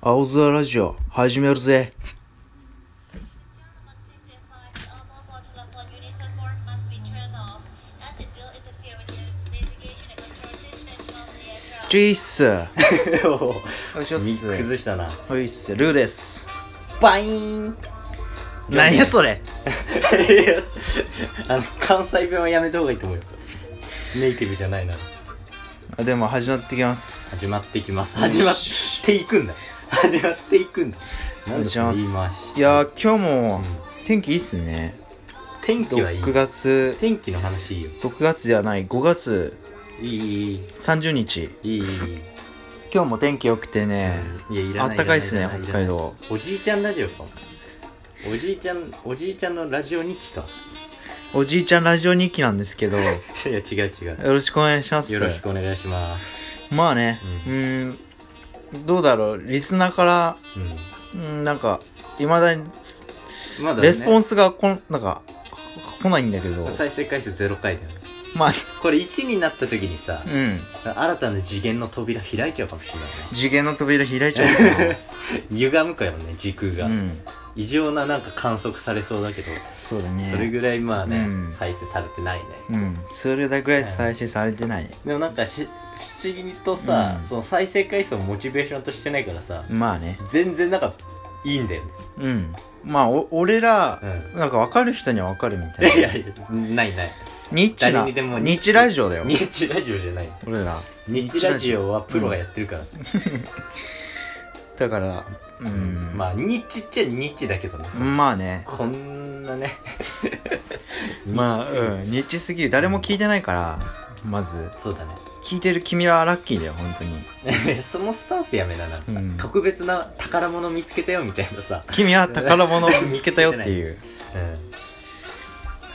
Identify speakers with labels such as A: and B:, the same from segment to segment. A: 青空ラジオ始めるぜチーっす
B: お
A: おいしょっ
B: 見
A: す
B: 崩したな
A: おいっすルーです
B: バイーン
A: 何やそれ
B: いや あの関西弁はやめた方がいいと思うよネイティブじゃないなら
A: あでも始まってきます
B: 始まってきます
A: よし
B: 始まっていくんだ始まっていくんだなんだ
A: 始
B: そ
A: ま
B: の
A: り
B: 言い
A: ま
B: 回
A: す
B: し
A: いやー今日も
B: ん
A: 天気いいっすね
B: 天気はいい
A: 6月
B: 天気の話いいよ
A: 6月ではない5月
B: いいいい
A: 30日
B: いいいいいいい
A: 今日も天気良くてね、
B: いやい
A: あ
B: らない
A: ったかいっすね
B: らな
A: 北海道
B: おじいちゃんラジオかもおじいちゃんおじいちゃんのラジオ日記か
A: おじいちゃんラジオ日記なんですけどよ
B: いや違う違う
A: ろしくお願いします
B: よろしくお願いします
A: まあねう
B: う
A: ーんどうだろうリスナーから
B: うん
A: うんなんかいまだに
B: まだね
A: レスポンスがこんなんか来ないんだけど
B: 再生回数0回だよね
A: まあ
B: これ1になった時にさ
A: うん
B: 新たな次元の扉開いちゃうかもしれない
A: 次元の扉開いちゃうか
B: ね歪むかよね時空が、
A: らうん
B: 異常ななんか観測されそうだけど、
A: そうだ
B: それ
A: ね
B: ぐらいまあね、
A: うん
B: 再生されてないね
A: うんそれだぐらい再生されてない
B: でもなんかし不思議とさ、
A: うん
B: その再生回数をモチベーションとしてないからさ、
A: まあね
B: 全然なんかいいんだよね、
A: うんまあお俺ら
B: う
A: なんか分かる人には分かるみた
B: ん、い
A: いな
B: やいやないない
A: ニッチな
B: 誰にでも
A: ニッチラジオだよ
B: 日ラジオじゃない
A: 俺ら
B: 日ラジオはプロがやってるから、
A: だからうん
B: まあ日っちゃ日だけどね、
A: まあね
B: こんなね
A: まあうんニッチすぎる誰も聞いてないからまず
B: そうだね
A: 聞いてる君はラッキーだよ本当に
B: そのスタンスやめななんか、
A: うん
B: 特別な宝物見つけたよみたいなさ、
A: 君は宝物を見つけたよっていう
B: うん、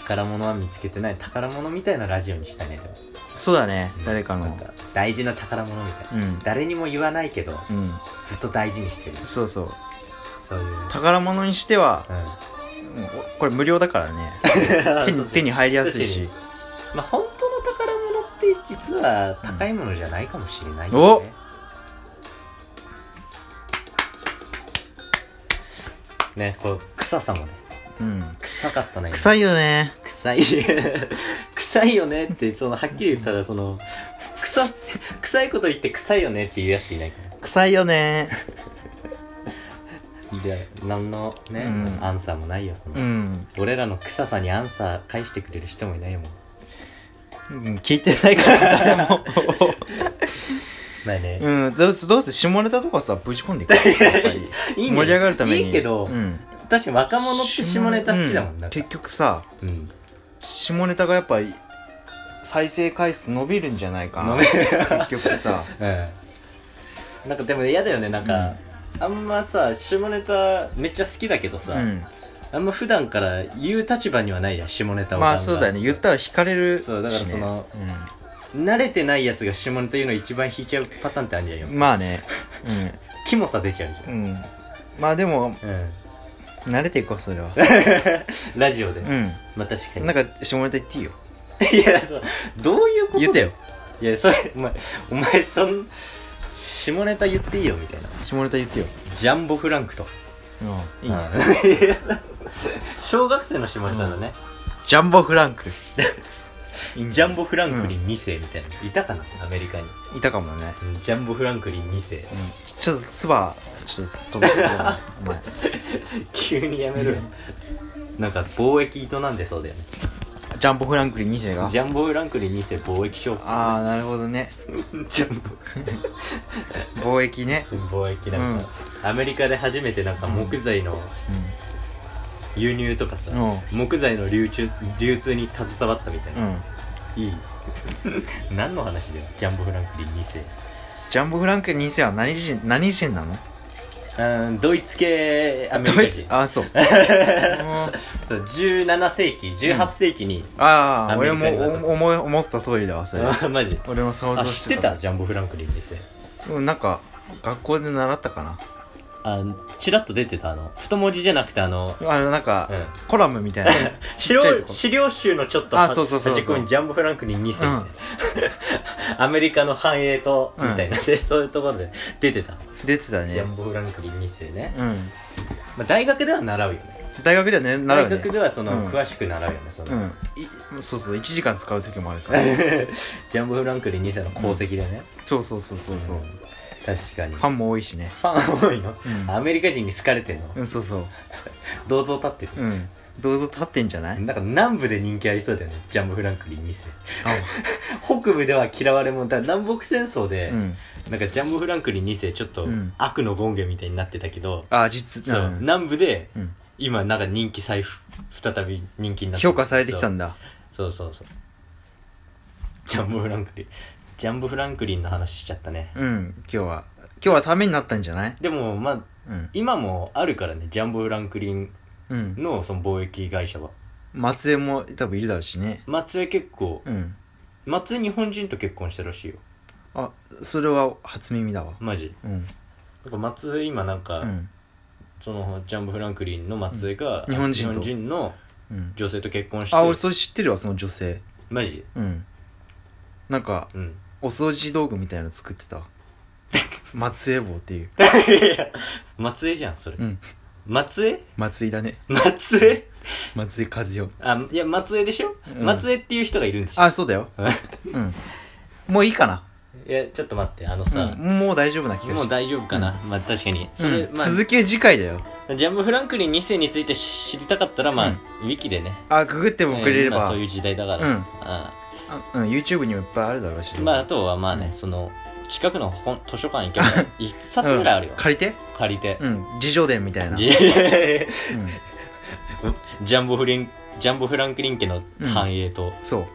B: 宝物は見つけてない宝物みたいなラジオにしたいねでも
A: そうだね
B: うん
A: 誰か
B: な
A: の
B: んか大事な宝物みたい
A: う
B: な、
A: ん
B: 誰にも言わないけど
A: うん
B: ずっと大事にしてる
A: そうそう
B: そういう、うん
A: 宝物にしてはうんおこれ無料だから ね手
B: そう
A: に
B: そう
A: 手に入りやすいし
B: まあ本当の宝物って実は高いものじゃないかもしれない
A: お
B: よね、ねこう臭さもね
A: うん
B: 臭かったね
A: 臭いよね
B: 臭い 臭いよねってそのはっきり言ったらその臭臭いこと言って臭いよねっていうやついないか
A: 臭いよね
B: らで何のね、
A: うん
B: アンサーもないよその、
A: うん
B: 俺らの臭さにアンサー返してくれる人もいないよもん
A: うん聞いてないから誰も
B: まあ ね、
A: うんどうせどうせ下ネタとかさぶち込んで いくからやっぱり
B: いいね
A: 盛り上がるために
B: いいけど、
A: うん
B: 確かに若者って下ネタ好きだもんな、
A: う結局さ
B: うん
A: 下ネタがやっぱり再生回数伸びるんじゃないかな
B: 伸び
A: 結 局さ
B: うん、なんかでも嫌だよねなんか、あんまさ下ネタめっちゃ好きだけどさ、
A: うん
B: あんま普段から言う立場にはないじゃん下ネタを
A: まあ
B: ガンガン
A: そうだね言ったら引かれるし、ね、
B: そうだからその
A: う
B: 慣れてないやつが下ネタ言うの一番引いちゃうパターンってあるじゃんよ
A: ん、まあね
B: キモさ出ちゃうじ
A: うん、うん、まあでも
B: ゃん、うん、
A: 慣れていこうそれ は
B: ラジオで、
A: う
B: まあ確か
A: ん
B: に
A: なんか下ネタ言っていいよ
B: いやそうどういうこと
A: 言ってよ
B: いやそれお前お前そん下ネタ言っていいよみたいな
A: 下ネタ言ってよ、
B: ジャンボフランクと
A: うん、いい、
B: うん 小学生の下ネタだね、
A: ジャンボフランクいいん
B: ジ
A: じゃ
B: ャ
A: ん
B: ンボフランクリン2世みたいな、いたかなアメリカに、
A: いたかもね、
B: うんジャンボフランクリン2世
A: うん、ちょっとツバちょっと飛ばすけどねお前
B: 急にやめろよなんか貿易営んでそうだよね
A: ジャンボフランクリン2世が
B: ジャンボフランクリン2世貿易商
A: ああなるほどね
B: ジャンボ
A: 貿易ね、
B: 貿易なんか、アメリカで初めてなんか木材の輸入とかさ、
A: う
B: 木材の流通流通に携わったみたいうな、
A: ん、うん、
B: いい 何の話だよジャンボフランクリン2
A: ジャンボフランクリン2世は何人何人なの
B: 世うんドイツ系アメリ
A: ド
B: カ
A: イツ
B: 人
A: あ そううん
B: そう17世紀18世紀に、
A: ああ
B: ア
A: 俺
B: メリカに渡った
A: もお思い思った通りだわそれ
B: あーマジ
A: 俺も想
B: あ
A: 像
B: 知
A: し
B: ってて
A: た
B: たジャンボフランクリン2世
A: うんなんか学校で習ったかな
B: あチラッと出てたあの太文字じゃなくてあの
A: あのなんか、
B: うん
A: コラムみたい な
B: 資
A: ちっちゃい
B: 料
A: とこ
B: 資料集のちょっと
A: あ
B: は
A: そうそうそうそう
B: 端っこにジャンボフランクリン2世みたいな、
A: うん
B: アメリカの繁栄と
A: うん
B: みたいな、でそういうところで出てた
A: 出てた
B: ジ
A: ね
B: ャンボフランクリン2世ね、
A: うん
B: まあ、大学では習うよね
A: 大学ではね習うね
B: 大学ではその、
A: うん
B: 詳しく習うよねその、
A: うんいそうそう1時間使う時もあるから
B: ジャンボフランクリン2世の功績でね、
A: そうそうそうそうそう、フ
B: 確かにフ
A: ァンも多いしね
B: ァン多いの、
A: うん
B: アメリカ人に好かれてんの
A: うんそうそう
B: 銅像立ってる、
A: うん銅像立ってんじゃない
B: なんか南部で人気ありそうだよねジャンボフランクリン2世
A: あ
B: 北部では嫌われ者だから南北戦争で、
A: うん
B: なんかジャンボフランクリン2世ちょっと
A: うん
B: 悪の権限みたいになってたけど、
A: あ実
B: そう、
A: ん
B: 南部で
A: うん
B: 今なんか人気再復再び人気になってる
A: 評価されてきたんだ
B: そうそうそうそうジャンボフランクリンジャンボフランクリンの話しちゃったね
A: うん今日は今日はためになったんじゃない
B: でもまあ
A: うん
B: 今もあるからねジャンボフランクリン
A: うん
B: のその貿易会社は
A: 松江も多分いるだろうしね
B: 松江結構
A: うん
B: 松江日本人と結婚したらしいよ
A: あそれは初耳だわ
B: マジ
A: うん
B: なんか松江今なんか、
A: うん
B: そのジャンボフランクリンの松江が、
A: うん日本人と
B: の
A: うん
B: 女性と結婚して
A: あ俺それ知ってるわその女性
B: マジ
A: うんなんか
B: うん
A: お掃除道具みたいなの作って た松江棒って いう
B: いや松江じゃんそれ、
A: うん
B: 松江
A: 松井だね
B: 松江
A: 松井和代
B: あいや松江でしょ、
A: うん
B: 松江っていう人がいるんでしょ
A: あそうだようんもういいかな、
B: いやちょっと待ってあの
A: う
B: さ、
A: ん、もう大丈夫な気が
B: もう
A: して
B: 大丈夫かな、まあ確かにそれ、
A: うん
B: ま
A: 続きは次回だよ
B: あジャンボフランクリン2世について知りたかったらまあ、
A: うん
B: ウィキでね
A: あググってもくれれ
B: えー今
A: ば、
B: そういう時代だから、
A: うん
B: あ
A: あうん、YouTube にもいっぱいあるだろうし
B: あまああとはまあね、その近くの本図書館行けば 一冊ぐらいあるよ、
A: うん借りて
B: 借りて、
A: うん自叙伝みたいな、
B: じ
A: うん
B: ジャンボフリンジャンボフランクリン家の繁栄と
A: そう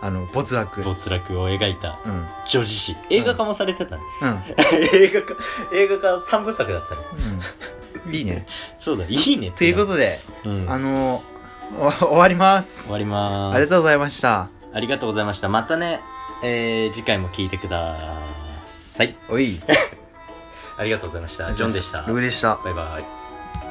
A: あの没落
B: 没落を描いた
A: うんうん
B: 女子誌映画化もされてたね、 映画化映画化3部作だったね
A: うんいいね
B: そうだいいね
A: ということ
B: で、
A: で
B: うん、
A: あ
B: 終
A: のお 終わります
B: わりま
A: ありが
B: ーす
A: とうございました
B: ありがとうございましたまたねえー、次回も聞いてください
A: おい
B: ありがとうございましたジョンでした
A: ログでした
B: バイバイ